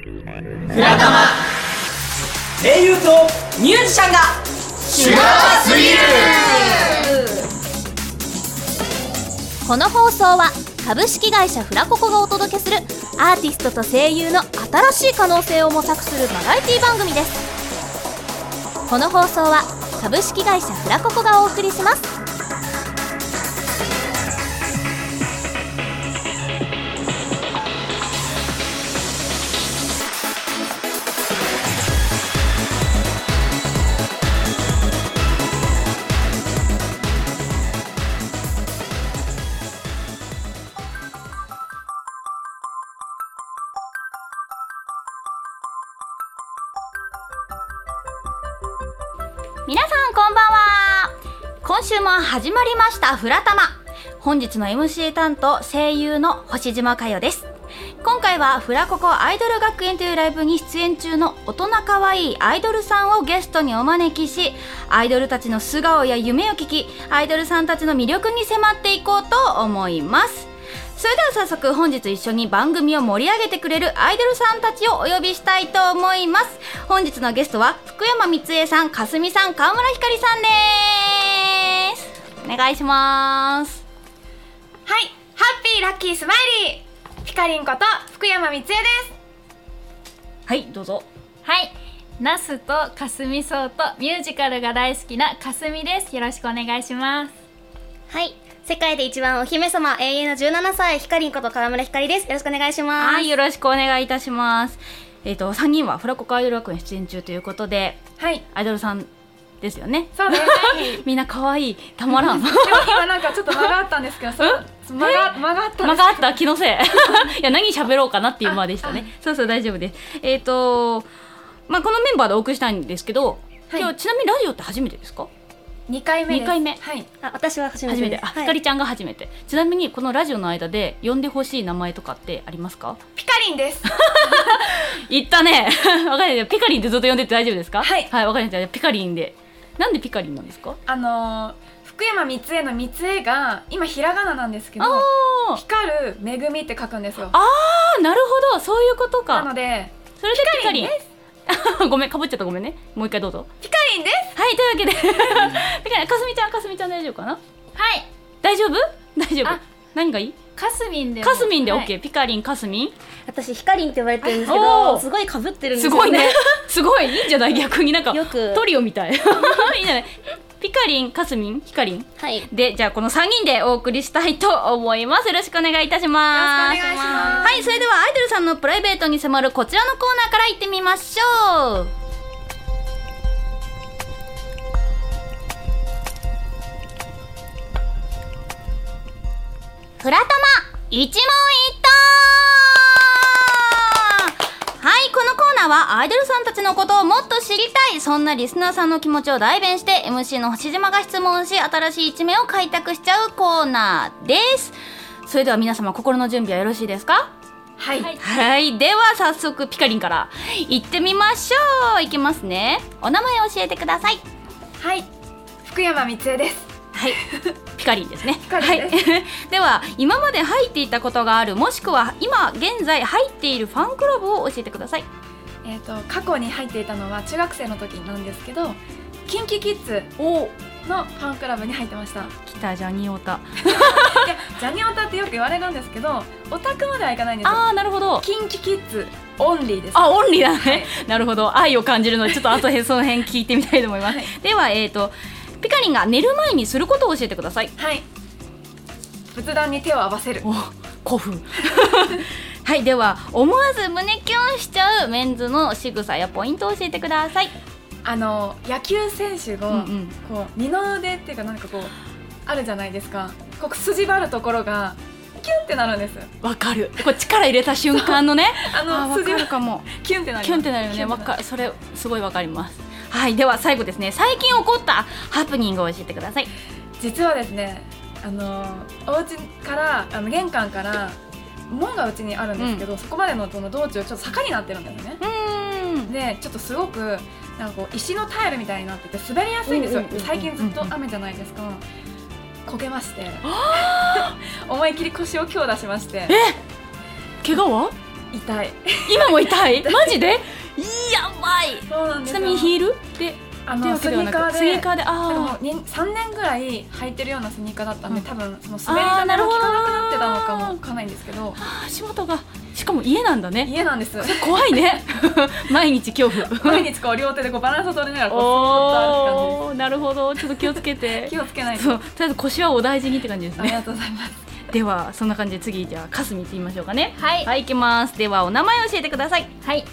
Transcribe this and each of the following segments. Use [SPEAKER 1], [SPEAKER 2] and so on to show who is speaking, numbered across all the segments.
[SPEAKER 1] フラタマ
[SPEAKER 2] 声優と
[SPEAKER 1] ミュージシャンがシュガーすぎる
[SPEAKER 3] この放送は株式会社フラココがお届けするアーティストと声優の新しい可能性を模索するバラエティ番組ですこの放送は株式会社フラココがお送りします
[SPEAKER 4] 皆さんこんばんは今週も始まりました「フラタマ」本日の MC 担当声優の星島佳代です今回はフラココアイドル学園というライブに出演中の大人かわいいアイドルさんをゲストにお招きしアイドルたちの素顔や夢を聞きアイドルさんたちの魅力に迫っていこうと思いますそれでは早速本日一緒に番組を盛り上げてくれるアイドルさんたちをお呼びしたいと思います本日のゲストは福山光恵さんかすみさん川村ひかりさんですお願いします
[SPEAKER 5] はい、ハッピーラッキースマイリーピカリンこと福山光恵です
[SPEAKER 4] はいどうぞ
[SPEAKER 6] はい、ナスとかすみそうとミュージカルが大好きなかすみです。よろしくお願いします。
[SPEAKER 7] はい。世界で一番お姫様、永遠の17歳、ひかりんこと川村ひかりです。よろしくお願いします。
[SPEAKER 4] はい、よろしくお願いいたします。えっ、と、三人はフラココアイドル学園出演中ということで、
[SPEAKER 5] はい
[SPEAKER 4] アイドルさんですよね。
[SPEAKER 5] そうです
[SPEAKER 4] みんな可愛い、たまらん。
[SPEAKER 5] でも今なんかちょっと間があったんですけどそう間が間があったん
[SPEAKER 4] 間
[SPEAKER 5] です
[SPEAKER 4] があった、気の せい。いや、何喋ろうかなっていう間でしたね。そうそう、大丈夫です。えっ、と、まあ、このメンバーでお送りしたいんですけど、
[SPEAKER 5] はい
[SPEAKER 4] 今日ちなみにラジオって初めてですか
[SPEAKER 5] 二回目です
[SPEAKER 4] 二回目
[SPEAKER 5] はい
[SPEAKER 7] あ、私は初め
[SPEAKER 4] 初
[SPEAKER 7] て
[SPEAKER 4] め
[SPEAKER 7] で
[SPEAKER 4] て。
[SPEAKER 7] す。
[SPEAKER 4] あ、
[SPEAKER 7] は
[SPEAKER 4] ひかりちゃんが初めて。ちなみに、このラジオの間で呼んでほしい名前とかってありますか
[SPEAKER 5] ピカリンです
[SPEAKER 4] 言ったね。 わかりました。ピカリンってずっと呼んでて大丈夫ですか
[SPEAKER 5] はい
[SPEAKER 4] わかりました。じゃあピカリンで。なんでピカリンなんですか
[SPEAKER 5] あのー、福山光恵の光恵が今ひらがななんですけど
[SPEAKER 4] あー
[SPEAKER 5] 光る恵みって書くんですよ
[SPEAKER 4] ああ、なるほど。そういうこと
[SPEAKER 5] なの
[SPEAKER 4] か。
[SPEAKER 5] で
[SPEAKER 4] それでピカリン。 ごめん、かぶっちゃった。ごめんね。もう一回どうぞ。
[SPEAKER 5] ピカリンで
[SPEAKER 4] はい、というわけで。 ピカリン、かすみちゃん、かすみちゃん大丈夫かな
[SPEAKER 6] はい、
[SPEAKER 4] 大丈夫大丈夫
[SPEAKER 6] あ。
[SPEAKER 4] 何がいい
[SPEAKER 6] かすみんでも。
[SPEAKER 4] かすみんで
[SPEAKER 6] はい
[SPEAKER 4] OK。ピカリン、かすみん。
[SPEAKER 7] 私、ひかりんって呼ばれてるんですけ
[SPEAKER 4] おー
[SPEAKER 7] ど、すごい被ってるんです
[SPEAKER 4] す
[SPEAKER 7] よね。
[SPEAKER 4] ごいね。。 すごい。いいんじゃない逆になんか、
[SPEAKER 7] よく
[SPEAKER 4] トリオみたい。い いんじゃないピカリン、かすみん、ヒカリン。
[SPEAKER 7] はい。よ
[SPEAKER 4] で、じゃあこの3人でお送りしたいと思います。よろしくお願いいたします。
[SPEAKER 5] よろしくお願いします
[SPEAKER 4] はい、それではアイドルさんのプライベートに迫るこちらのコーナーから行ってみましょう。フラタマ一問一答はい、このコーナーはアイドルさんたちのことをもっと知りたいそんなリスナーさんの気持ちを代弁して MC の星島が質問し新しい一面を開拓しちゃうコーナーですそれでは皆様心の準備はよろしいですか
[SPEAKER 5] はい、
[SPEAKER 6] はい
[SPEAKER 4] はい、では早速ピカリンから行ってみましょういきますねお名前を教えてください
[SPEAKER 5] はい、福山光恵です
[SPEAKER 4] はい、ピカリンですね。
[SPEAKER 5] カリンで
[SPEAKER 4] はい、 では今まで入っていたことがある、もしくは今現在入っているファンクラブを教えてください。
[SPEAKER 5] えっ、と過去に入っていたのは中学生の時なんですけどキンキキッズ
[SPEAKER 4] お、
[SPEAKER 5] のファンクラブに入ってました
[SPEAKER 4] 来たジャニオタ。
[SPEAKER 5] いやジャニオタってよく言われるんですけどオタクまではいかないんですよ
[SPEAKER 4] ああ、なるほど。
[SPEAKER 5] キンキキッズオンリーです
[SPEAKER 4] あ、オンリーだね。なるほど、愛を感じるので、ちょっと後へその辺聞いてみたいと思います。
[SPEAKER 5] はい
[SPEAKER 4] では、えっ、と、ピカリンが寝る前にすることを教えてください。
[SPEAKER 5] はい仏壇に手を合わせる
[SPEAKER 4] お、古 風。はい、では思わず胸キュンしちゃうメンズの仕草やポイントを教えてください。
[SPEAKER 5] あの野球選手
[SPEAKER 4] う
[SPEAKER 5] が、
[SPEAKER 4] んうん。
[SPEAKER 5] こう二の腕っていうかなんかこうあるじゃないですかここ筋張るところがキュンってなるんです
[SPEAKER 4] わかる。こう力入れた瞬間のね。
[SPEAKER 5] あ
[SPEAKER 4] あ
[SPEAKER 5] の
[SPEAKER 4] ーわ
[SPEAKER 5] 筋
[SPEAKER 4] かる
[SPEAKER 5] が
[SPEAKER 4] かも。
[SPEAKER 5] キュンってなる
[SPEAKER 4] キュンってなるよね。わかそれすごいわかります。はい、では最後ですね。最近起こったハプニングを教えてください。
[SPEAKER 5] 実はですねあのお家からあの玄関から門がうちにあるんですけど、そこまでのその道中ちょっと坂になってるんですね
[SPEAKER 4] うーん。
[SPEAKER 5] でちょっとすごくなんかこう石のタイルみたいになってて滑りやすいんですよ、最近ずっと雨じゃないですか、こけまして思いっきり腰を強打しまして
[SPEAKER 4] 怪我は？
[SPEAKER 5] 痛い
[SPEAKER 4] 今も痛 いマジでやばい
[SPEAKER 5] そうなんで
[SPEAKER 4] ち
[SPEAKER 5] す
[SPEAKER 4] な
[SPEAKER 5] よ
[SPEAKER 4] みにヒールで
[SPEAKER 5] あ
[SPEAKER 4] ってわ
[SPEAKER 5] の
[SPEAKER 4] け
[SPEAKER 5] ス
[SPEAKER 4] で
[SPEAKER 5] ニ
[SPEAKER 4] は
[SPEAKER 5] ー
[SPEAKER 4] な
[SPEAKER 5] カ
[SPEAKER 4] く
[SPEAKER 5] ーで
[SPEAKER 4] スニーカーで
[SPEAKER 5] でも
[SPEAKER 4] あー
[SPEAKER 5] に3年ぐらい履いてるようなスニーカーだったんで、多分その滑り
[SPEAKER 4] あー
[SPEAKER 5] 止
[SPEAKER 4] な
[SPEAKER 5] め
[SPEAKER 4] る
[SPEAKER 5] も
[SPEAKER 4] ほ
[SPEAKER 5] 効
[SPEAKER 4] ど
[SPEAKER 5] かなくなってたのかもわかんないんですけど
[SPEAKER 4] 足元がしかも家なんだね
[SPEAKER 5] 家なんです
[SPEAKER 4] 怖いね 毎日恐怖
[SPEAKER 5] 毎日こう両手でこうバランスを取りながらこうそーっと歩く感
[SPEAKER 4] おーなるほどちょっと気をつけ
[SPEAKER 5] じ
[SPEAKER 4] て
[SPEAKER 5] 気をつけないと
[SPEAKER 4] そうとりあえず腰はお大事にって感じです
[SPEAKER 5] あり
[SPEAKER 4] ね
[SPEAKER 5] がとうございます
[SPEAKER 4] ではそんな感じで次じゃあかすみって言いましょうかね
[SPEAKER 6] はい
[SPEAKER 4] はい行きますではお名前教えてください
[SPEAKER 6] はい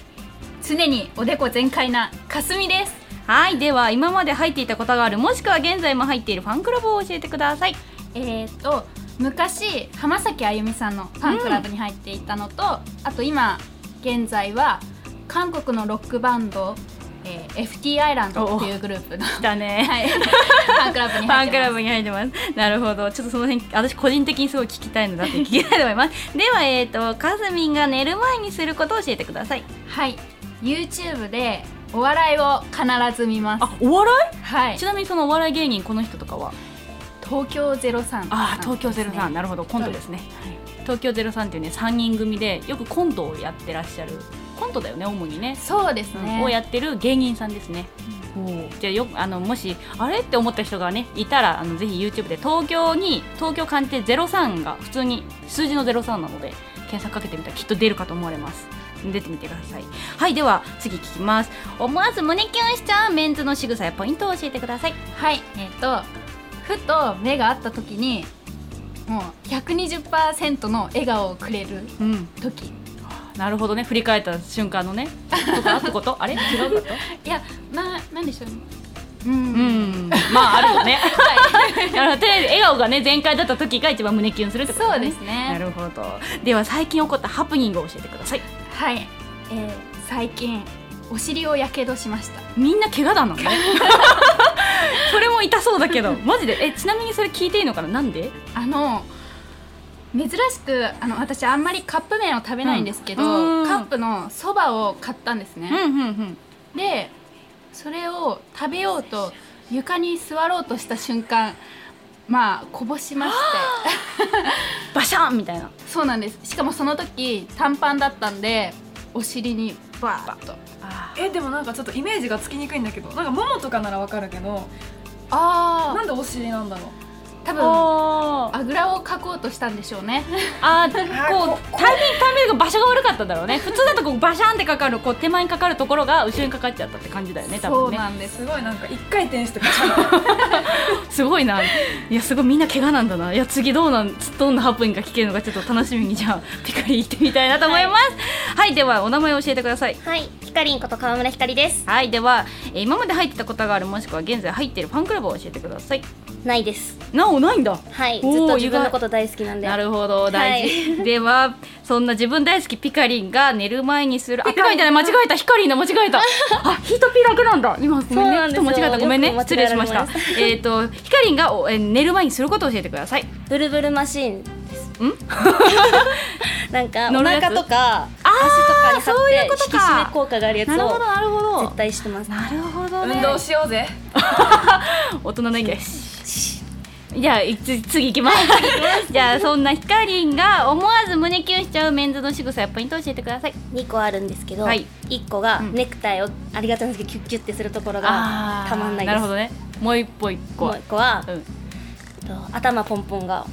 [SPEAKER 6] 常におでこ全開なかすみです
[SPEAKER 4] はいでは今まで入っていたことがあるもしくは現在も入っているファンクラブを教えてください
[SPEAKER 6] えー、と昔浜崎あゆみさんのファンクラブに入っていたのと、あと今現在は韓国のロックバンド、えー FT アイランドっていうグループの、
[SPEAKER 4] だね
[SPEAKER 6] はい、ファンクラブに
[SPEAKER 4] ファ
[SPEAKER 6] 入っ
[SPEAKER 4] ン
[SPEAKER 6] て
[SPEAKER 4] ク
[SPEAKER 6] ま
[SPEAKER 4] ラ
[SPEAKER 6] す
[SPEAKER 4] ブに入ってます。なるほど。ちょっとその辺、私個人的にすごい聞きたいのだって聞きたいと思います。では、えっ、と、かすみんが寝る前にすることを教えてください。
[SPEAKER 6] はい YouTube でお笑いを必ず見ます
[SPEAKER 4] あ、お笑
[SPEAKER 6] はい
[SPEAKER 4] いちなみにそのお笑い芸人、この人とかは
[SPEAKER 6] 東京ゼロ三
[SPEAKER 4] ああ、東京ゼロ三、なるほど、コントですね。東京ゼロ三っていうね、三人組で、よくコントをやってらっしゃる。コントだよね、主にね。
[SPEAKER 6] そうですね、
[SPEAKER 4] をやってる芸人さんですね。じゃあよあのもしあれって思った人がねいたらあのぜひ YouTube で東京に東京鑑定03が普通に数字の03なので検索かけてみたらきっと出るかと思われます。出てみてください。はいでは次聞きます。思わず胸キュンしちゃうメンズの仕草やポイントを教えてください。
[SPEAKER 6] はいえっ、とふと目が合った時にもう120%の笑顔をくれる
[SPEAKER 4] うん。
[SPEAKER 6] 時
[SPEAKER 4] なるほどね振り返った瞬間のね。とかあってことあれ違うかと。
[SPEAKER 6] いやななんでしょうねうん、
[SPEAKER 4] うん。まあある よね。あのとりあえず笑顔がね全開だった時が一番胸キュンするってこと
[SPEAKER 6] そうです
[SPEAKER 4] な
[SPEAKER 6] ね
[SPEAKER 4] るほど。では最近起こったハプニングを教えてください。
[SPEAKER 6] はい、えー最近お尻をやけどしました
[SPEAKER 4] みんな怪我だなの ね。それも痛そうだけど、マジで。え、ちなみにそれ聞いていいのかななんで
[SPEAKER 6] あの珍しくあの私あんまりカップ麺を食べないんですけど、
[SPEAKER 4] うんうん
[SPEAKER 6] カップのそばを買ったんですね、
[SPEAKER 4] うんうん
[SPEAKER 6] でそれを食べようと床に座ろうとした瞬間まあこぼしまして
[SPEAKER 4] バシャンみたいな。
[SPEAKER 6] そうなんですしかもその時短パンだったんでお尻にバーッと
[SPEAKER 5] えでもなんかちょっとイメージがつきにくいんだけどなんかももとかならわかるけど
[SPEAKER 6] あ
[SPEAKER 5] なんでお尻なんだろう
[SPEAKER 6] ー多分
[SPEAKER 4] おー
[SPEAKER 6] あぐらをかこうとしたんでしょうね
[SPEAKER 4] あーこうタイミングタイミングがバシャが悪かったんだろうね普通だとこうバシャンってかかるこう手前にかかるところが後ろにかかっちゃったって感じだよね多
[SPEAKER 6] そ
[SPEAKER 4] 分
[SPEAKER 6] う
[SPEAKER 4] ね
[SPEAKER 6] なんです
[SPEAKER 5] すごいなんか一回転してこ う
[SPEAKER 4] すごいないやすごいみんな怪我なんだないや次どうなんどんなハプニングが聞けるのかちょっと楽しみにじゃあピカリ行ってみたいなと思いますはい、ではお名前を教えてください
[SPEAKER 7] はいひかりんこと川村ひかりです
[SPEAKER 4] はいでは、えー今まで入ってたことがあるもしくは現在入ってるファンクラブを教えてください
[SPEAKER 7] ないです
[SPEAKER 4] なおないんだ
[SPEAKER 7] はいず
[SPEAKER 4] お
[SPEAKER 7] っ
[SPEAKER 4] ー
[SPEAKER 7] と自分のこと大好きなんで
[SPEAKER 4] なるほど大事、 ではそんな自分大好きピカリンが寝る前にするあピカリンじゃない間違えたヒカリンだ間 違えたあヒートピー楽なんだ今ごめ
[SPEAKER 7] そうん
[SPEAKER 4] ね
[SPEAKER 7] なん
[SPEAKER 4] ち
[SPEAKER 7] です
[SPEAKER 4] ょっと間違
[SPEAKER 7] よ
[SPEAKER 4] えたごめんね
[SPEAKER 7] よく間
[SPEAKER 4] 失
[SPEAKER 7] 違
[SPEAKER 4] 礼
[SPEAKER 7] え
[SPEAKER 4] し
[SPEAKER 7] られ
[SPEAKER 4] ま
[SPEAKER 7] ま
[SPEAKER 4] し
[SPEAKER 7] す
[SPEAKER 4] たえっとヒカリンがお、えー寝る前にすることを教えてください
[SPEAKER 7] ブルブルマシーンですん なんかお
[SPEAKER 4] 乗るやつ
[SPEAKER 7] 腹とか足と
[SPEAKER 4] あ
[SPEAKER 7] か
[SPEAKER 4] ー
[SPEAKER 7] に貼
[SPEAKER 4] そういう
[SPEAKER 7] っ
[SPEAKER 4] こ
[SPEAKER 7] て
[SPEAKER 4] と
[SPEAKER 7] 引
[SPEAKER 4] か
[SPEAKER 7] き締め効果があるやつ
[SPEAKER 4] なるほ
[SPEAKER 7] を
[SPEAKER 4] どなるほど
[SPEAKER 7] 絶対してます
[SPEAKER 4] なるほどね
[SPEAKER 5] 運動しようぜ
[SPEAKER 4] 大人の意見 じゃあいつ次行きます じゃあそんなヒカリンが思わず胸キュンしちゃうメンズの仕草やポイントを教えてください
[SPEAKER 7] 2個あるんですけど、
[SPEAKER 4] はい
[SPEAKER 7] 1個が
[SPEAKER 4] うん
[SPEAKER 7] ネクタイをありがちなんですけどキュッキュッてするところがたまんないです
[SPEAKER 4] るほどねもう一歩一個
[SPEAKER 7] もう1個は、
[SPEAKER 4] うん
[SPEAKER 7] と頭ポンポンがもう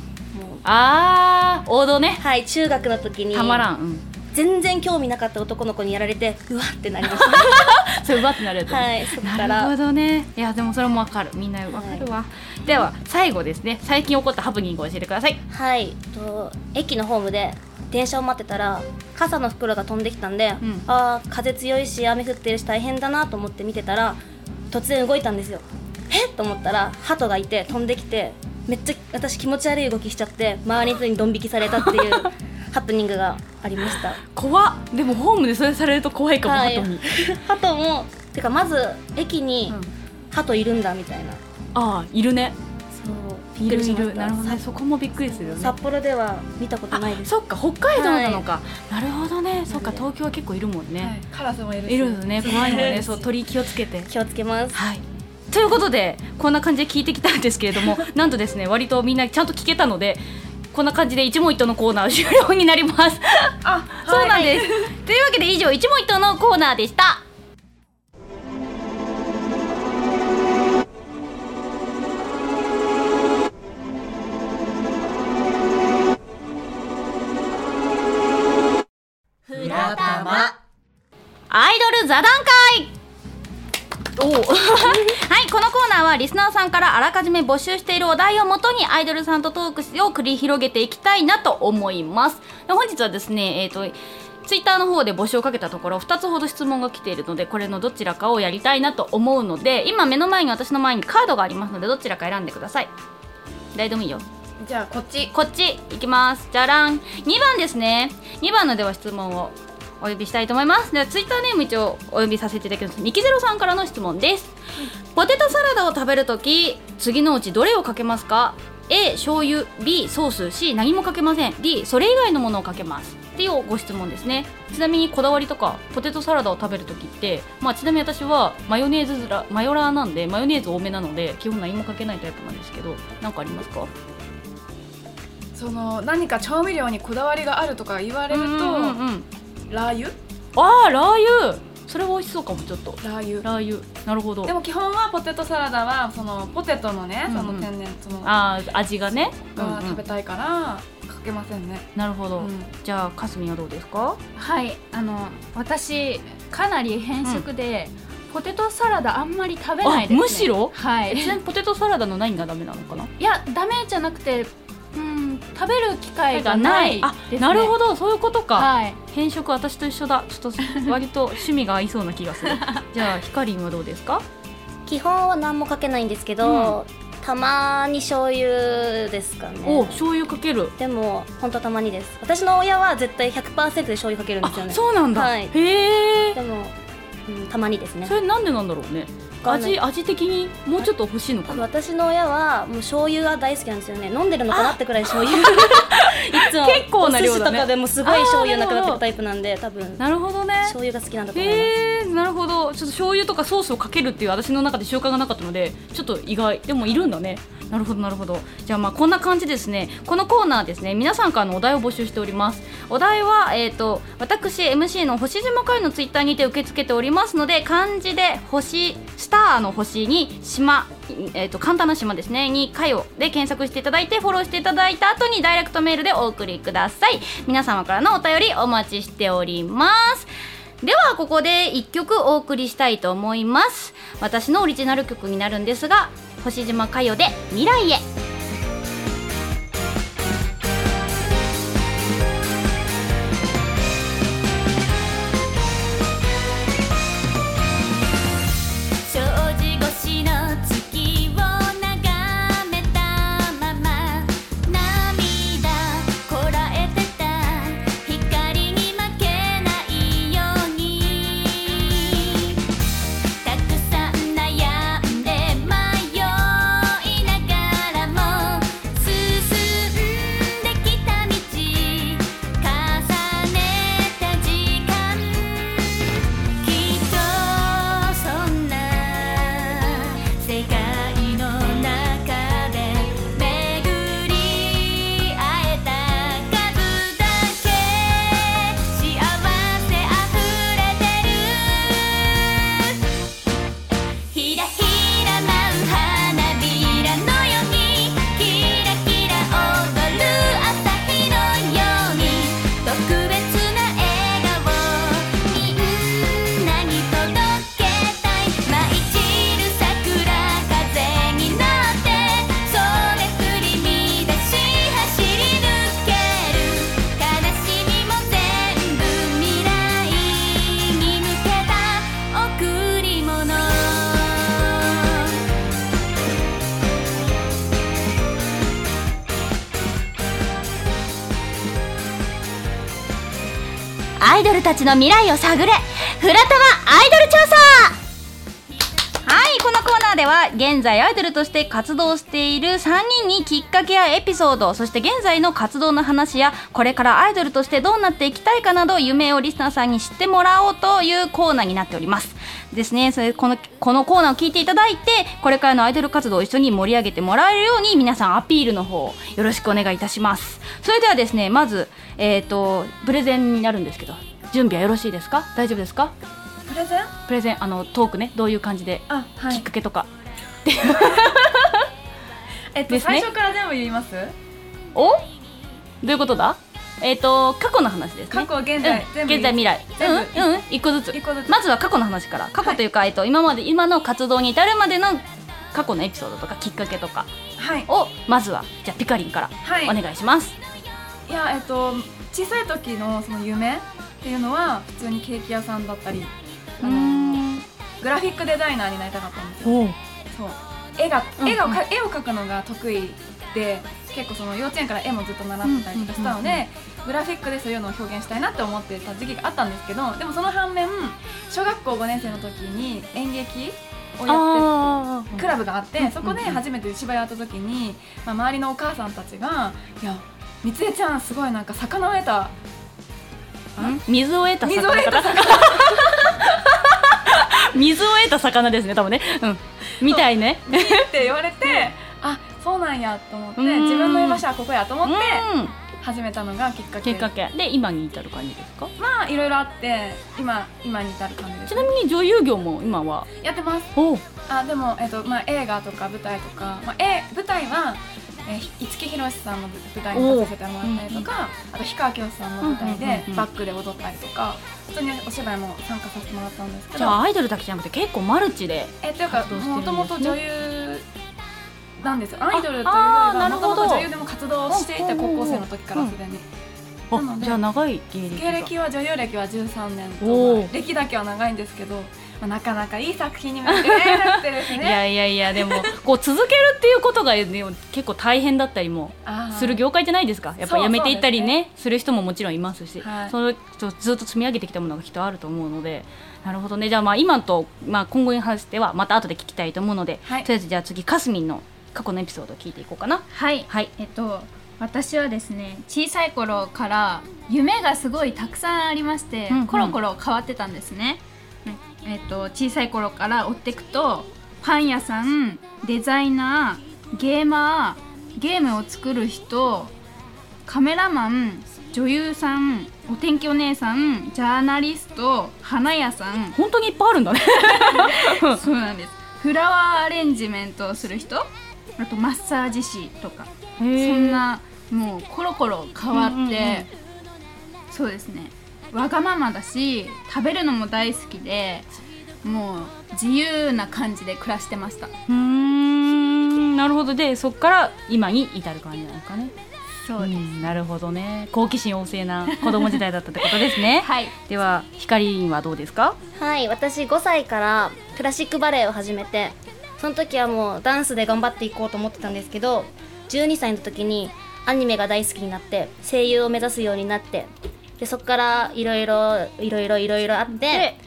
[SPEAKER 4] あー王道ね
[SPEAKER 7] はい中学の時に
[SPEAKER 4] たまらん、うん、
[SPEAKER 7] 全然興味なかった男の子にやられてうわってなりま した
[SPEAKER 4] それうわってなるやつね
[SPEAKER 7] はいそこ
[SPEAKER 4] な
[SPEAKER 7] か
[SPEAKER 4] るほ
[SPEAKER 7] ら
[SPEAKER 4] どねいやでもそれもわかるみんなわかるわ、では最後ですね最近起こったハプニングを教えてください
[SPEAKER 7] はいと駅のホームで電車を待ってたら傘の袋が飛んできたんで、
[SPEAKER 4] ん
[SPEAKER 7] ああ風強いし雨降ってるし大変だなと思って見てたら突然動いたんですよえっと思ったら鳩がいて飛んできてめっちゃ私気持ち悪い動きしちゃって周りの人にドン引きされたっていう ハプニングがありました
[SPEAKER 4] 怖っでもホームでそれされると怖いかも、
[SPEAKER 7] はい
[SPEAKER 4] 後に
[SPEAKER 7] 鳩もてかまず駅に
[SPEAKER 4] うん
[SPEAKER 7] 鳩いるんだみたいな、
[SPEAKER 4] ああいるね
[SPEAKER 7] そうび
[SPEAKER 4] い
[SPEAKER 7] っく
[SPEAKER 4] る
[SPEAKER 7] りし
[SPEAKER 4] い
[SPEAKER 7] ました
[SPEAKER 4] るなるほどねそこもびっくりするよね
[SPEAKER 7] 札幌では見たことないです
[SPEAKER 4] そっか北海道なのか、なるほどねそっか
[SPEAKER 7] なの
[SPEAKER 4] 東
[SPEAKER 7] で
[SPEAKER 4] 京は結構いるもんね、
[SPEAKER 5] はいカラスもいるし
[SPEAKER 4] いるよね怖いもんね そう鳥気をつけて
[SPEAKER 7] 気をつけます
[SPEAKER 4] はいと いうことでこんな感じで聞いてきたんですけれどもなんとですね割とみんなちゃんと聞けたのでここんな感じで一問一答のコーナー終了になります
[SPEAKER 5] あ
[SPEAKER 4] そうなん です、というわけで以上一問一答のコーナーでした
[SPEAKER 1] フラタマ
[SPEAKER 4] アイドル座談会おお はいこのコーナーはリスナーさんからあらかじめ募集しているお題をもとにアイドルさんとトークを繰り広げていきたいなと思いますで本日はですねえっ、とツイッターの方で募集をかけたところ2つほど質問が来ているのでこれのどちらかをやりたいなと思うので今目の前に私の前にカードがありますのでどちらか選んでください誰でもいいよ
[SPEAKER 5] じゃあこっち
[SPEAKER 4] こっちいきますじゃらん2番ですね2番のでは質問をお呼びしたいと思いますではツイッターネーム一応お呼びさせていただきますニキゼロさんからの質問ですポテトサラダを食べるとき次のうちどれをかけますか A 醤油 B ソース C 何もかけません D それ以外のものをかけますっていうご質問ですねちなみにこだわりとかポテトサラダを食べるときって、まあ、ちなみに私はマヨネーズラマヨラーなんでマヨネーズ多めなので基本何もかけないタイプなんですけど何かありますか
[SPEAKER 5] その何か調味料にこだわりがあるとか言われると、
[SPEAKER 4] うんうんうん
[SPEAKER 5] ラー油
[SPEAKER 4] あーラー油それは美味しそうかもちょっと
[SPEAKER 5] ラー油
[SPEAKER 4] ラー油なるほど
[SPEAKER 5] でも基本はポテトサラダはそのポテトのね、
[SPEAKER 4] うんうん
[SPEAKER 5] その天然そのが
[SPEAKER 4] あー味がね、うんうん
[SPEAKER 5] 食べたいからかけませんね、
[SPEAKER 4] なるほど、
[SPEAKER 5] うん
[SPEAKER 4] じゃあかすみんはどうですか
[SPEAKER 6] はいあの私かなり偏食で、ポテトサラダあんまり食べないです、ね、
[SPEAKER 4] あむしろ
[SPEAKER 6] はい
[SPEAKER 4] えちなみにポテトサラダの何がダメなのかない
[SPEAKER 6] やダメじゃなくてうん食べる機会がない
[SPEAKER 4] あ
[SPEAKER 6] ですね
[SPEAKER 4] なるほどそういうことか、
[SPEAKER 6] はい
[SPEAKER 4] 変色私と一緒だちょっと割と趣味が合いそうな気がするじゃあひかりんはどうですか
[SPEAKER 7] 基本は何もかけないんですけど、たまに醤油ですか
[SPEAKER 4] お
[SPEAKER 7] ね
[SPEAKER 4] 醤油かける
[SPEAKER 7] でも本当たまにです私の親は絶対100%で醤油かけるん
[SPEAKER 4] あ
[SPEAKER 7] ですよね
[SPEAKER 4] そうなんだ、
[SPEAKER 7] はい
[SPEAKER 4] へ
[SPEAKER 7] で
[SPEAKER 4] え
[SPEAKER 7] も、うん、たまにですね
[SPEAKER 4] それなんでなんだろうね
[SPEAKER 7] かんない
[SPEAKER 4] 味味的にもうちょっと欲しいのかな
[SPEAKER 7] 私の親はもう醤油が大好きなんですよね飲んでるのかなってくらい醤油い つも
[SPEAKER 4] 結構な量だね
[SPEAKER 7] お寿司とかでもすごい醤油なくなってるタイプなんで多分
[SPEAKER 4] なるほどね
[SPEAKER 7] 醤油が好きなんだと思います、
[SPEAKER 4] へえー、なるほどちょっと醤油とかソースをかけるっていう私の中で習慣がなかったのでちょっと意外でもいるんだねなるほどなるほどじゃあまあこんな感じですねこのコーナーですね皆さんからのお題を募集しておりますお題はえっ、と私 MC の星島会のツイッターにて受け付けておりますので漢字で星スターの星に島えー、と簡単な島ですねに「かよ」で検索していただいてフォローしていただいた後にダイレクトメールでお送りください皆様からのお便りお待ちしておりますではここで1曲お送りしたいと思います私のオリジナル曲になるんですが星島佳代で「未来へ」
[SPEAKER 8] 障子越しの月を眺めたまま涙こらえてた光に負けないようにたくさん悩んで迷いながらも進んできた道重ねた時間「きっとそんな世界の中で巡り会えた数だけ幸せあふれてる」ひらひら舞う花びらのようにキラキラ踊る朝日のように特別な笑顔みんなに届けたい舞い散る桜風になってそれ振り乱し走り抜ける悲しみも全部未来に向けた贈り物
[SPEAKER 4] アイドルたちの未来を探れフラタマアイドル調査はいこのコーナーでは現在アイドルとして活動している3人にきっかけやエピソードそして現在の活動の話やこれからアイドルとしてどうなっていきたいかなど夢をリスナーさんに知ってもらおうというコーナーになっておりますですねそういうこのこのコーナーを聞いていただいてこれからのアイドル活動を一緒に盛り上げてもらえるように皆さんアピールの方よろしくお願いいたしますそれではですねまずえっ、とプレゼンになるんですけど準備はよろしいですか大丈夫ですか
[SPEAKER 5] プレゼン
[SPEAKER 4] プレゼンあのトークねどういう感じで
[SPEAKER 5] あは
[SPEAKER 4] きっ
[SPEAKER 5] い
[SPEAKER 4] かけとか、
[SPEAKER 5] えっと、
[SPEAKER 4] ですね
[SPEAKER 5] 最初から全部言います
[SPEAKER 4] おどういうことだえっ、と過去の話です
[SPEAKER 5] 過
[SPEAKER 4] ね
[SPEAKER 5] 去現在、
[SPEAKER 4] うん、
[SPEAKER 5] 全部
[SPEAKER 4] 現在未来
[SPEAKER 5] 全部
[SPEAKER 4] うんうん一個ずつ
[SPEAKER 5] 一個ずつ
[SPEAKER 4] まずは過去の話から過去というか、えっと今まで今の活動に至るまでの過去のエピソードとかきっかけとか
[SPEAKER 5] はい
[SPEAKER 4] をまずはじゃあピカリンから
[SPEAKER 5] はい
[SPEAKER 4] お願いします、
[SPEAKER 5] いやえっと小さい時のその夢っていうのは普通にケーキ屋さんだったりあのグラフィックデザイナーになりたかったんですよそう絵が絵がか絵を描くのが得意で結構その幼稚園から絵もずっと習ってたりとかしたのでグラフィックでそういうのを表現したいなって思ってた時期があったんですけどでもその反面小学校5年生の時に演劇をやって
[SPEAKER 4] あ
[SPEAKER 5] クラブがあって、そこで初めて芝居をやった時に、まあ、周りのお母さんたちが「いやみつえちゃんすごいなんか魚を得た
[SPEAKER 4] 水を得た魚水を得た魚水を得た魚ですね多分ねうんみたいね
[SPEAKER 5] って言われてあそうなんやと思って
[SPEAKER 4] うん
[SPEAKER 5] 自分の居場所はここやと思って
[SPEAKER 4] うん
[SPEAKER 5] 始めたのがきっか
[SPEAKER 4] き
[SPEAKER 5] け
[SPEAKER 4] っかけで今に至る感じですか
[SPEAKER 5] まあいろいろあって今今に至る感じです
[SPEAKER 4] ちなみに女優業も今は
[SPEAKER 5] やってます
[SPEAKER 4] お
[SPEAKER 5] あでも、えっとまあ、映画とか舞台とか、まあ、え舞台は、えー、五木ひろしさんの舞台に出させてもらったりとか、あと氷川きよしさんの舞台
[SPEAKER 4] うんうんう
[SPEAKER 5] で
[SPEAKER 4] んうん
[SPEAKER 5] バックで踊ったりとか普通にお芝居も参加させてもらったんですけ
[SPEAKER 4] じ
[SPEAKER 5] ど
[SPEAKER 4] ゃあアイドルだけじゃなくて結構マルチで
[SPEAKER 5] えというか
[SPEAKER 4] 活動してるん
[SPEAKER 5] も
[SPEAKER 4] です
[SPEAKER 5] と
[SPEAKER 4] ね
[SPEAKER 5] もと女優なんですよアイドルというより
[SPEAKER 4] ああーな
[SPEAKER 5] は
[SPEAKER 4] る
[SPEAKER 5] も
[SPEAKER 4] ほ
[SPEAKER 5] と
[SPEAKER 4] ど
[SPEAKER 5] もと女優でも活動していて
[SPEAKER 4] うん
[SPEAKER 5] 高校生の時からすでにな
[SPEAKER 4] あ
[SPEAKER 5] ので
[SPEAKER 4] じゃあ長い芸歴
[SPEAKER 5] 芸
[SPEAKER 4] が
[SPEAKER 5] 歴は女優歴は13年
[SPEAKER 4] お
[SPEAKER 5] と
[SPEAKER 4] ー
[SPEAKER 5] 歴だけは長いんですけど、まあ、なかなかいい作品に巡り合えなくてで す
[SPEAKER 4] いや
[SPEAKER 5] ね
[SPEAKER 4] いやいやでもこう続けるっていうことが、ね、結構大変だったりも
[SPEAKER 5] あー
[SPEAKER 4] する業界じゃないですかやっぱ
[SPEAKER 5] そう
[SPEAKER 4] やめていったりねする人ももちろんいますし、
[SPEAKER 5] はい
[SPEAKER 4] そのずずっと積み上げてきたものがきっとあると思うのでなるほどねじゃあまあ今と、まあ、今後に関してはまた後で聞きたいと思うので、
[SPEAKER 5] はい
[SPEAKER 4] とりあえずじゃあ次かすみんの過去のエピソードを聞いていこうかな。
[SPEAKER 6] はい、
[SPEAKER 4] はい
[SPEAKER 6] えっと私はですね小さい頃から夢がすごいたくさんありまして、
[SPEAKER 4] うんうん
[SPEAKER 6] コロコロ変わってたんですねねえっと小さい頃から追っていくとパン屋さんデザイナーゲーマーゲームを作る人カメラマン女優さんお天気お姉さんジャーナリスト花屋さん
[SPEAKER 4] 本当にいっぱいあるんだね。
[SPEAKER 6] そうなんですフラワーアレンジメントをする人あとマッサージ師とか
[SPEAKER 4] そ
[SPEAKER 6] そんなもうコロコロ変わって、
[SPEAKER 4] うんうんうん
[SPEAKER 6] そうですねわがままだし食べるのも大好きでもう自由な感じで暮らしてました
[SPEAKER 4] うーんなるほどでそこから今に至る感じなのかね
[SPEAKER 6] そうです、
[SPEAKER 4] んなるほどね好奇心旺盛な子供時代だったってことですね
[SPEAKER 6] はい
[SPEAKER 4] ではひかりんはどうですか
[SPEAKER 7] はい私5歳からクラシックバレエを始めてその時はもうダンスで頑張っていこうと思ってたんですけど12歳の時にアニメが大好きになって声優を目指すようになってでそこからいろいろいろいろいろいろあって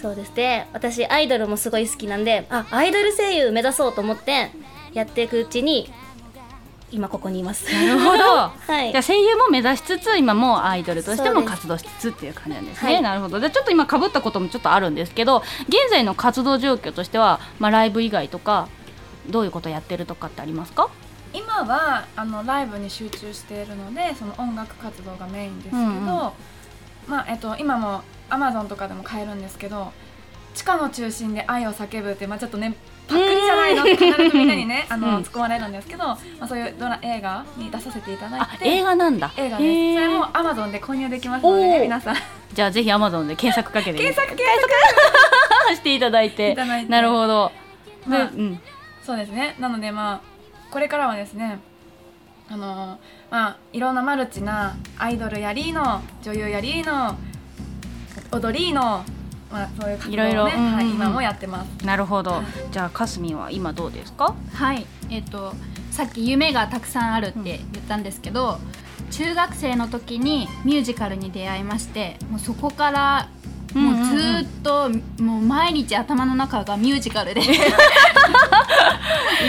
[SPEAKER 7] そうですで私アイドルもすごい好きなんであアイドル声優目指そうと思ってやっていくうちに今ここにいます。
[SPEAKER 4] なるほど、
[SPEAKER 7] い
[SPEAKER 4] じゃあ声優も目指しつつ今もうアイドルとして
[SPEAKER 7] そう
[SPEAKER 4] も
[SPEAKER 7] です
[SPEAKER 4] 活動しつつっていう感じなんですね、
[SPEAKER 7] はい
[SPEAKER 4] なるほどでちょっと今かぶったこともちょっとあるんですけど現在の活動状況としては、まあ、ライブ以外とかどういうことやってるとかってありますか
[SPEAKER 5] 今はあのライブに集中しているのでその音楽活動がメインですけど、
[SPEAKER 4] うんうん
[SPEAKER 5] まあえっと、今も Amazon とかでも買えるんですけど「地下の中心で愛を叫ぶ」って、まあ、ちょっとねパクリじゃないのって必ずみんなにねあの、
[SPEAKER 4] うん
[SPEAKER 5] 突っ込まれるんですけど、まあ、そういうドラ映画に出させていただい
[SPEAKER 4] あ
[SPEAKER 5] て
[SPEAKER 4] 映画なんだ
[SPEAKER 5] 映画
[SPEAKER 4] へ
[SPEAKER 5] です
[SPEAKER 4] ー
[SPEAKER 5] それも Amazon で購入できますので、ね、
[SPEAKER 4] おー
[SPEAKER 5] 皆さん
[SPEAKER 4] じゃあぜひ Amazon で検索かけて
[SPEAKER 5] 検索検
[SPEAKER 4] 索していただいて
[SPEAKER 5] いただいて
[SPEAKER 4] なるほど、
[SPEAKER 5] 索、まあ
[SPEAKER 4] で、うん
[SPEAKER 5] そうですねなのでまあこれからはですねあのーまあいろんなマルチなアイドルやりの女優やりの踊りのまあそういう活動をね
[SPEAKER 4] いろいろうんうんうん
[SPEAKER 5] はい、今もやってます
[SPEAKER 4] なるほど。じゃあかすみんは今どうですか？
[SPEAKER 6] はいえっ、とさっき夢がたくさんあるって言ったんですけど、中学生の時にミュージカルに出会いましてもうそこからもうずーっと、もう毎日頭の中がミュージカルで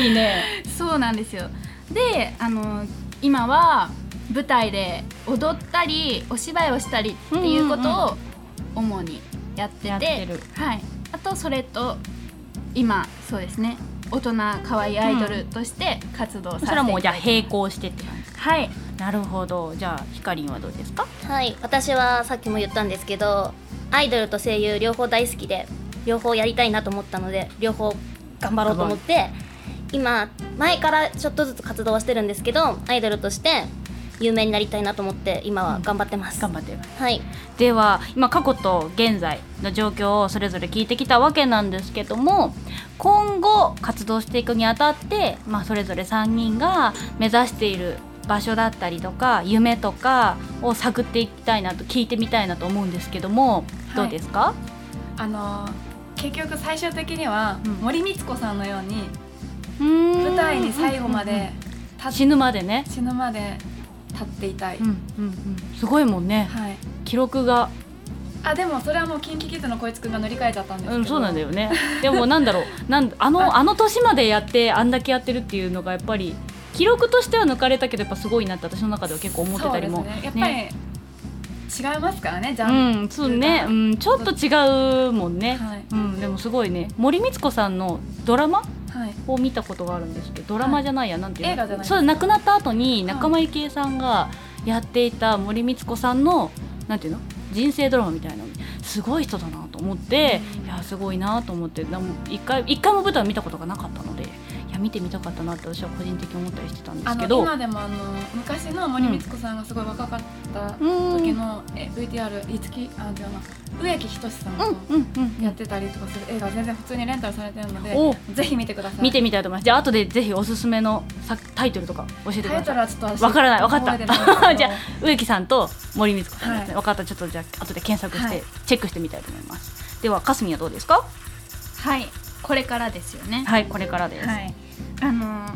[SPEAKER 4] いいね。
[SPEAKER 6] そうなんですよであの今は舞台で踊ったりお芝居をしたりっていうことを主にやってて,、
[SPEAKER 4] やってる
[SPEAKER 6] はいあとそれと今そうですね大人可愛いアイドルとして活動させてい
[SPEAKER 4] それ
[SPEAKER 6] ただ
[SPEAKER 4] はい
[SPEAKER 6] て、
[SPEAKER 4] もうじゃあ並行してって感じ
[SPEAKER 6] はい
[SPEAKER 4] なるほどじゃあひかりんはどうですか
[SPEAKER 7] はい私はさっきも言ったんですけどアイドルと声優両方大好きで両方やりたいなと思ったので両方頑張ろうと思って今前からちょっとずつ活動はしてるんですけどアイドルとして有名になりたいなと思って今は頑張ってます、
[SPEAKER 4] 頑張って
[SPEAKER 7] はい
[SPEAKER 4] では今過去と現在の状況をそれぞれ聞いてきたわけなんですけども今後活動していくにあたって、まあ、それぞれ3人が目指している場所だったりとか夢とかを探っていきたいなと聞いてみたいなと思うんですけども、
[SPEAKER 5] い
[SPEAKER 4] どうですか
[SPEAKER 5] あのー結局最終的には
[SPEAKER 4] うん
[SPEAKER 5] 森光子さんのように
[SPEAKER 4] 舞
[SPEAKER 5] 舞台に最後まで
[SPEAKER 4] 死ぬまでね、
[SPEAKER 5] 死ぬまで立っていたい、
[SPEAKER 4] うんうんうん、すごいもんね
[SPEAKER 5] はい
[SPEAKER 4] 記録が、
[SPEAKER 5] あでもそれはもう KinKiKids のこいつくんが乗り換えちゃったんですけ
[SPEAKER 4] う
[SPEAKER 5] ど、
[SPEAKER 4] ん、そうなんだよねでもなんだろうなんあのあの年までやってあんだけやってるっていうのがやっぱり記録としては抜かれたけどやっぱすごいなって私の中では結構思ってたりも
[SPEAKER 5] そうですねやっぱり、違いますからねジャ
[SPEAKER 4] う
[SPEAKER 5] ンル、
[SPEAKER 4] ん、そうね、うん、ちょっと違うもんね、
[SPEAKER 5] はい
[SPEAKER 4] うん、でもすごいね森光子さんのドラマ
[SPEAKER 5] はい
[SPEAKER 4] を見たことがあるんですけどドラマじゃないや、なんていうの
[SPEAKER 5] 映画じゃない
[SPEAKER 4] そう亡くなった後に仲間由紀恵さんがやっていた森光子さんのなんていうの人生ドラマみたいなのすごい人だなと思って、いやすごいなと思ってでも一回一回も舞台を見たことがなかったのでいや見てみたかったなって私は個人的に思ったりしてたんで
[SPEAKER 5] あ
[SPEAKER 4] すけ
[SPEAKER 5] の
[SPEAKER 4] ど
[SPEAKER 5] 今でもあの昔の森光子さんがすごい若かった
[SPEAKER 4] うんうん
[SPEAKER 5] 時の、え VTR いつきあではな植木仁さんと
[SPEAKER 4] うんうん
[SPEAKER 5] やってたりとかする映画全然普通にレンタルされてるので、
[SPEAKER 4] お
[SPEAKER 5] ぜひ見てください
[SPEAKER 4] 見てみたいと思いますじゃあ後でぜひおすすめの作タイトルとか教えてく
[SPEAKER 5] タ
[SPEAKER 4] だ
[SPEAKER 5] イト
[SPEAKER 4] さい
[SPEAKER 5] ルはちょっと私
[SPEAKER 4] わからないわかっ
[SPEAKER 5] 覚えてないんですけ
[SPEAKER 4] た
[SPEAKER 5] ど
[SPEAKER 4] じゃあ植木さんと森光子さんですね、
[SPEAKER 5] はい
[SPEAKER 4] わかったちょっとじゃあ後で検索し
[SPEAKER 5] は
[SPEAKER 4] て
[SPEAKER 5] い
[SPEAKER 4] チェックしてみたいと思います、ではかすみはどうですか
[SPEAKER 6] はいこれからですよね
[SPEAKER 4] はいこれからです、
[SPEAKER 6] はいあのー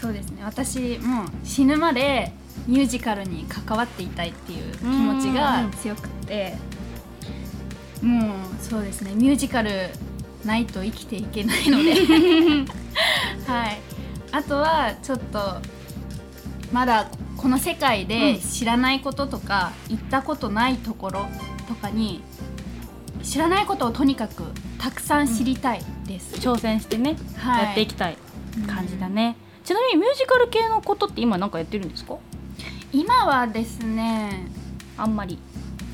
[SPEAKER 6] そうですね私もう死ぬまでミュージカルに関わっていたいっていう気持ちが強くてもうそうですねミュージカルないと生きていけないので はいあとはちょっとまだこの世界で知らないこととか、行ったことないところとかに知らないことをとにかくたくさん知りたいです、
[SPEAKER 4] 挑戦してね、
[SPEAKER 6] はい
[SPEAKER 4] やっていきたい感じだね、ちなみにミュージカル系のことって今なんかやってるんですか
[SPEAKER 6] 今はですね
[SPEAKER 4] あんまり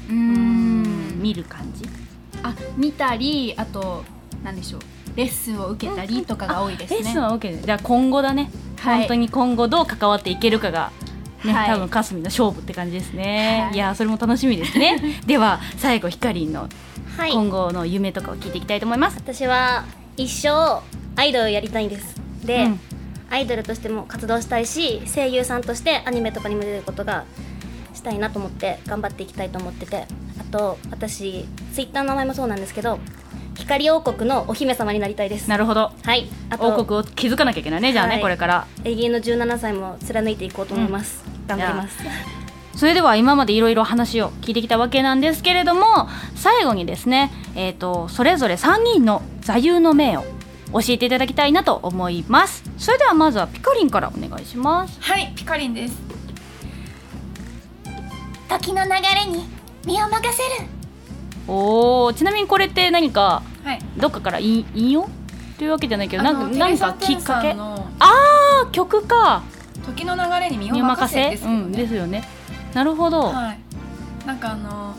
[SPEAKER 6] うー
[SPEAKER 4] うん見る感じ
[SPEAKER 6] あ見たりあと何でしょうレッスンを受けたりとかが多いですね、
[SPEAKER 4] レッスンは OK でじゃあ今後だね、
[SPEAKER 6] はい
[SPEAKER 4] 本当に今後どう関わっていけるかがね、
[SPEAKER 6] はい
[SPEAKER 4] 多分かすみの勝負って感じですね、
[SPEAKER 6] はい
[SPEAKER 4] い、やーそれも楽しみですねでは最後ひかりんの
[SPEAKER 7] はい
[SPEAKER 4] 今後の夢とかを聞いていきたいと思います、
[SPEAKER 7] 私は一生アイドルをやりたいんですで、
[SPEAKER 4] うん
[SPEAKER 7] アイドルとしても活動したいし声優さんとしてアニメとかにも出ることがしたいなと思って頑張っていきたいと思っててあと私ツイッターの名前もそうなんですけど光王国のお姫様になりたいです
[SPEAKER 4] なるほど
[SPEAKER 7] はいあと
[SPEAKER 4] 王国を築かなきゃいけないねじゃあね、
[SPEAKER 7] はい
[SPEAKER 4] これから
[SPEAKER 7] 永遠の17歳も貫いていこうと思います、頑張ります
[SPEAKER 4] それでは今までいろいろ話を聞いてきたわけなんですけれども最後にですね、えー、とそれぞれ3人の座右の銘を教えていただきたいなと思いますそれではまずはピカリンからお願いします
[SPEAKER 5] はいピカリンです
[SPEAKER 8] 時の流れに身を任せる
[SPEAKER 4] おおちなみにこれって何か
[SPEAKER 5] はい
[SPEAKER 4] どっかから引引用というわけじゃないけどなん
[SPEAKER 5] あの
[SPEAKER 4] か何か
[SPEAKER 5] テ
[SPEAKER 4] き
[SPEAKER 5] レ
[SPEAKER 4] っ
[SPEAKER 5] サ
[SPEAKER 4] か
[SPEAKER 5] テン
[SPEAKER 4] け
[SPEAKER 5] さんの
[SPEAKER 4] あ曲か
[SPEAKER 5] 時の流れに身を
[SPEAKER 4] にお任
[SPEAKER 5] 任
[SPEAKER 4] せ
[SPEAKER 5] せです
[SPEAKER 4] う
[SPEAKER 5] よね
[SPEAKER 4] んですよねなるほど、
[SPEAKER 5] はいなんかあの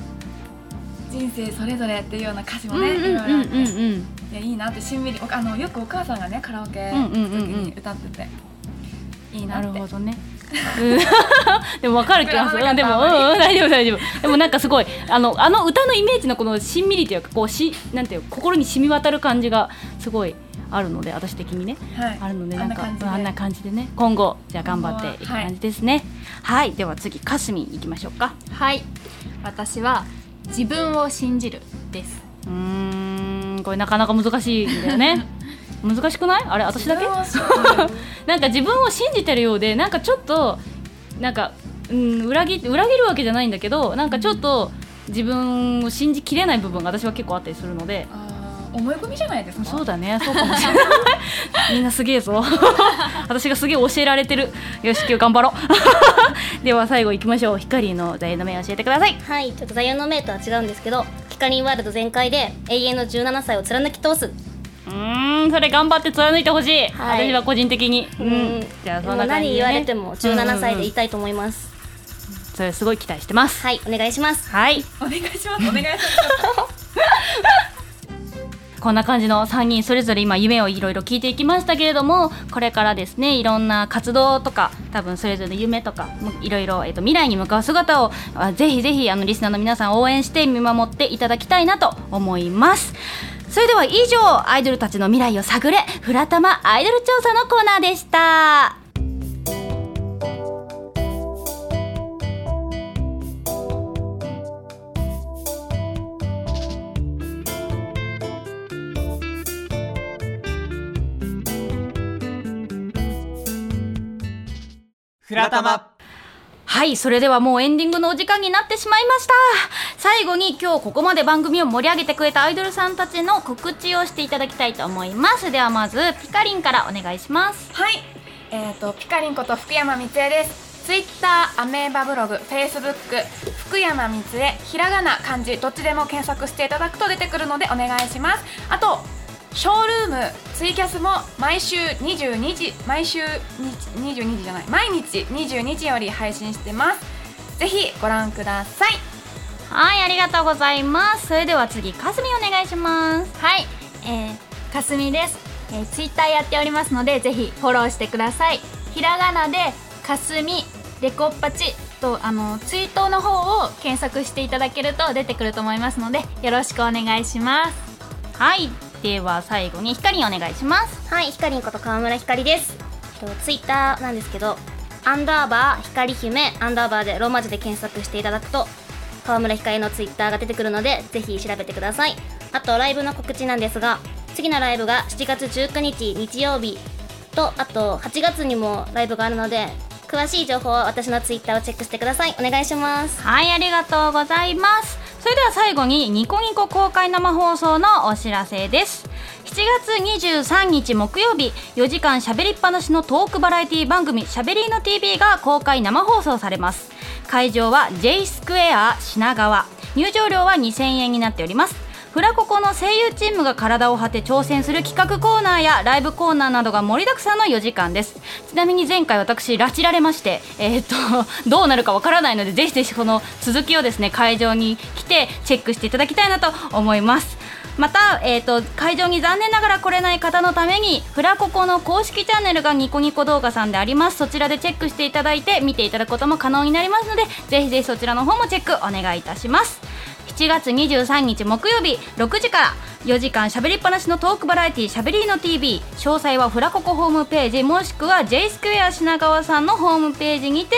[SPEAKER 5] 人生それぞれっていうような歌詞も
[SPEAKER 4] うんう
[SPEAKER 5] ね、
[SPEAKER 4] ん
[SPEAKER 5] いろいろあ
[SPEAKER 4] うん
[SPEAKER 5] って
[SPEAKER 4] うんうん
[SPEAKER 5] いやいいなってしんみりおあのよくお母さんがねカラオケ
[SPEAKER 4] うん
[SPEAKER 5] の
[SPEAKER 4] うんう
[SPEAKER 5] 時
[SPEAKER 4] んうん
[SPEAKER 5] に歌ってて、いいな
[SPEAKER 4] な
[SPEAKER 5] って
[SPEAKER 4] るほど ね。でもわかる気がする。うんでも、う
[SPEAKER 5] 膨らま
[SPEAKER 4] んうん、大丈夫、大丈夫。でも、なんかすごい、あの、あの歌のイメージのこのしんみりというか、こうし、なんていう、心に染み渡る感じが。すごいあるので、私的にね、
[SPEAKER 5] はい
[SPEAKER 4] あるので、
[SPEAKER 5] あ
[SPEAKER 4] なんん
[SPEAKER 5] な
[SPEAKER 4] か、
[SPEAKER 5] 感じで
[SPEAKER 4] うんあんな感じでね、今後、じゃあ頑張っていく
[SPEAKER 5] 今後ははい
[SPEAKER 4] 感じですね。はい、では、次、かすみ行きましょうか。
[SPEAKER 6] はい私は自分を信じるです
[SPEAKER 4] うーん、これなかなか難しいんだよ ね。難しくない、あれ、私だけ。なんか自分を信じてるようでなんかちょっとなんか、うん、裏切裏切るわけじゃないんだけどなんかちょっと自分を信じきれない部分が私は結構あったりするので
[SPEAKER 5] あー思い込みじゃないですか
[SPEAKER 4] そうだねそうかもしれない みんなすげえぞ 私がすげえ教えられてるよし今日頑張ろ うでは最後いきましょう光の座右の銘教えてください
[SPEAKER 7] はい、ちょっと座右の銘とは違うんですけど機光ワールド全開で永遠の17歳を貫き通す
[SPEAKER 4] うーんそれ頑張って貫いてほしい、
[SPEAKER 7] はい
[SPEAKER 4] 私は個人的に、うんじゃあ
[SPEAKER 7] で
[SPEAKER 4] そ
[SPEAKER 7] も
[SPEAKER 4] んな感じ
[SPEAKER 7] 何
[SPEAKER 4] で、ね、
[SPEAKER 7] 言われても17歳
[SPEAKER 4] うんう
[SPEAKER 7] で
[SPEAKER 4] ん
[SPEAKER 7] いたいと思います、
[SPEAKER 4] それすごい期待してます
[SPEAKER 7] はいお願いします
[SPEAKER 4] はい
[SPEAKER 5] お願いしますお願いし ます
[SPEAKER 4] こんな感じの3人それぞれ今夢をいろいろ聞いていきましたけれどもこれからですねいろんな活動とか多分それぞれの夢とかもいろいろ、えっと未来に向かう姿をあぜひぜひあのリスナーの皆さん応援して見守っていただきたいなと思いますそれでは以上アイドルたちの未来を探れフラタマアイドル調査のコーナーでした
[SPEAKER 1] フラタマ
[SPEAKER 4] はい、それではもうエンディングのお時間になってしまいました。最後に今日ここまで番組を盛り上げてくれたアイドルさんたちの告知をしていただきたいと思います。ではまず、ピカリンからお願いします。
[SPEAKER 5] はい、えっ、とピカリンこと福山光恵です。ツイッター、アメーバブログ、フェイスブック、福山光恵、ひらがな、漢字、どっちでも検索していただくと出てくるのでお願いします。あと、ショールーム、ツイキャスも毎週22時、毎週に22時じゃない、毎日22時より配信してます。ぜひご覧ください。
[SPEAKER 4] はい、ありがとうございます。それでは次、かすみお願いします。
[SPEAKER 6] はい、えー、かすみです、えー、ツイッターやっておりますのでぜひフォローしてくださいひらがなでかすみデコッパチとあのツイートの方を検索していただけると出てくると思いますのでよろしくお願いします
[SPEAKER 4] はい、では最後にヒカリンお願いします。
[SPEAKER 7] はい、ひかりんこと川村ひかりです。えっとツイッターなんですけど、アンダーバーひかり姫アンダーバーでローマ字で検索していただくと、川村ひかりのツイッターが出てくるので、ぜひ調べてください。あと、ライブの告知なんですが、次のライブが7月19日日曜日と、あと8月にもライブがあるので、詳しい情報は私のツイッターをチェックしてください。お願いします。
[SPEAKER 4] はい、ありがとうございます。それでは最後にニコニコ公開生放送のお知らせです。7月23日木曜日、4時間しゃべりっぱなしのトークバラエティ番組、しゃべりーの TV が公開生放送されます。会場は J スクエア品川。入場料は2000円になっております。フラココの声優チームが体を張って挑戦する企画コーナーやライブコーナーなどが盛りだくさんの4時間ですちなみに前回私拉致られましてえーっと どうなるかわからないのでぜひぜひこの続きをですね会場に来てチェックしていただきたいなと思いますまた、えー、と会場に残念ながら来れない方のためにフラココの公式チャンネルがニコニコ動画さんでありますそちらでチェックしていただいて見ていただくことも可能になりますのでぜひぜひそちらの方もチェックお願いいたします7月23日木曜日6時から4時間しゃべりっぱなしのトークバラエティしゃべりーの TV 詳細はフラココホームページもしくは J スクエア品川さんのホームページにて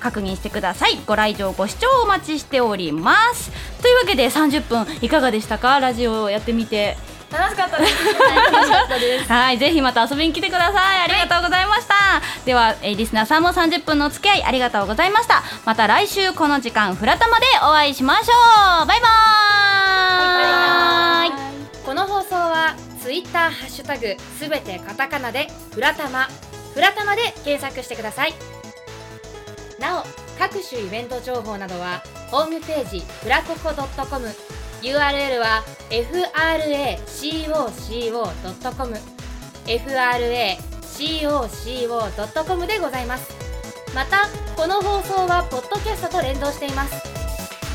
[SPEAKER 4] 確認してくださいご来場ご視聴お待ちしておりますというわけで30分いかがでしたかラジオをやってみて
[SPEAKER 5] 楽しかったです。
[SPEAKER 4] はいぜひまた遊びに来てくださいありがとうございました、では、えーリスナーさんも30分のお付き合いありがとうございましたまた来週この時間フラタマでお会いしましょうバイバーイ
[SPEAKER 9] この放送はツイッターハッシュタグすべてカタカナでフラタマフラタマで検索してくださいなお各種イベント情報などはホームページフラココ .com URL は fracoco.com fracoco.com でございますまたこの放送はポッドキャストと連動しています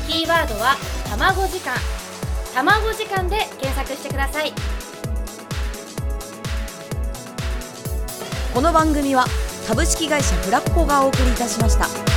[SPEAKER 9] キーワードは卵時間卵時間で検索してください
[SPEAKER 10] この番組は株式会社フラッコがお送りいたしました。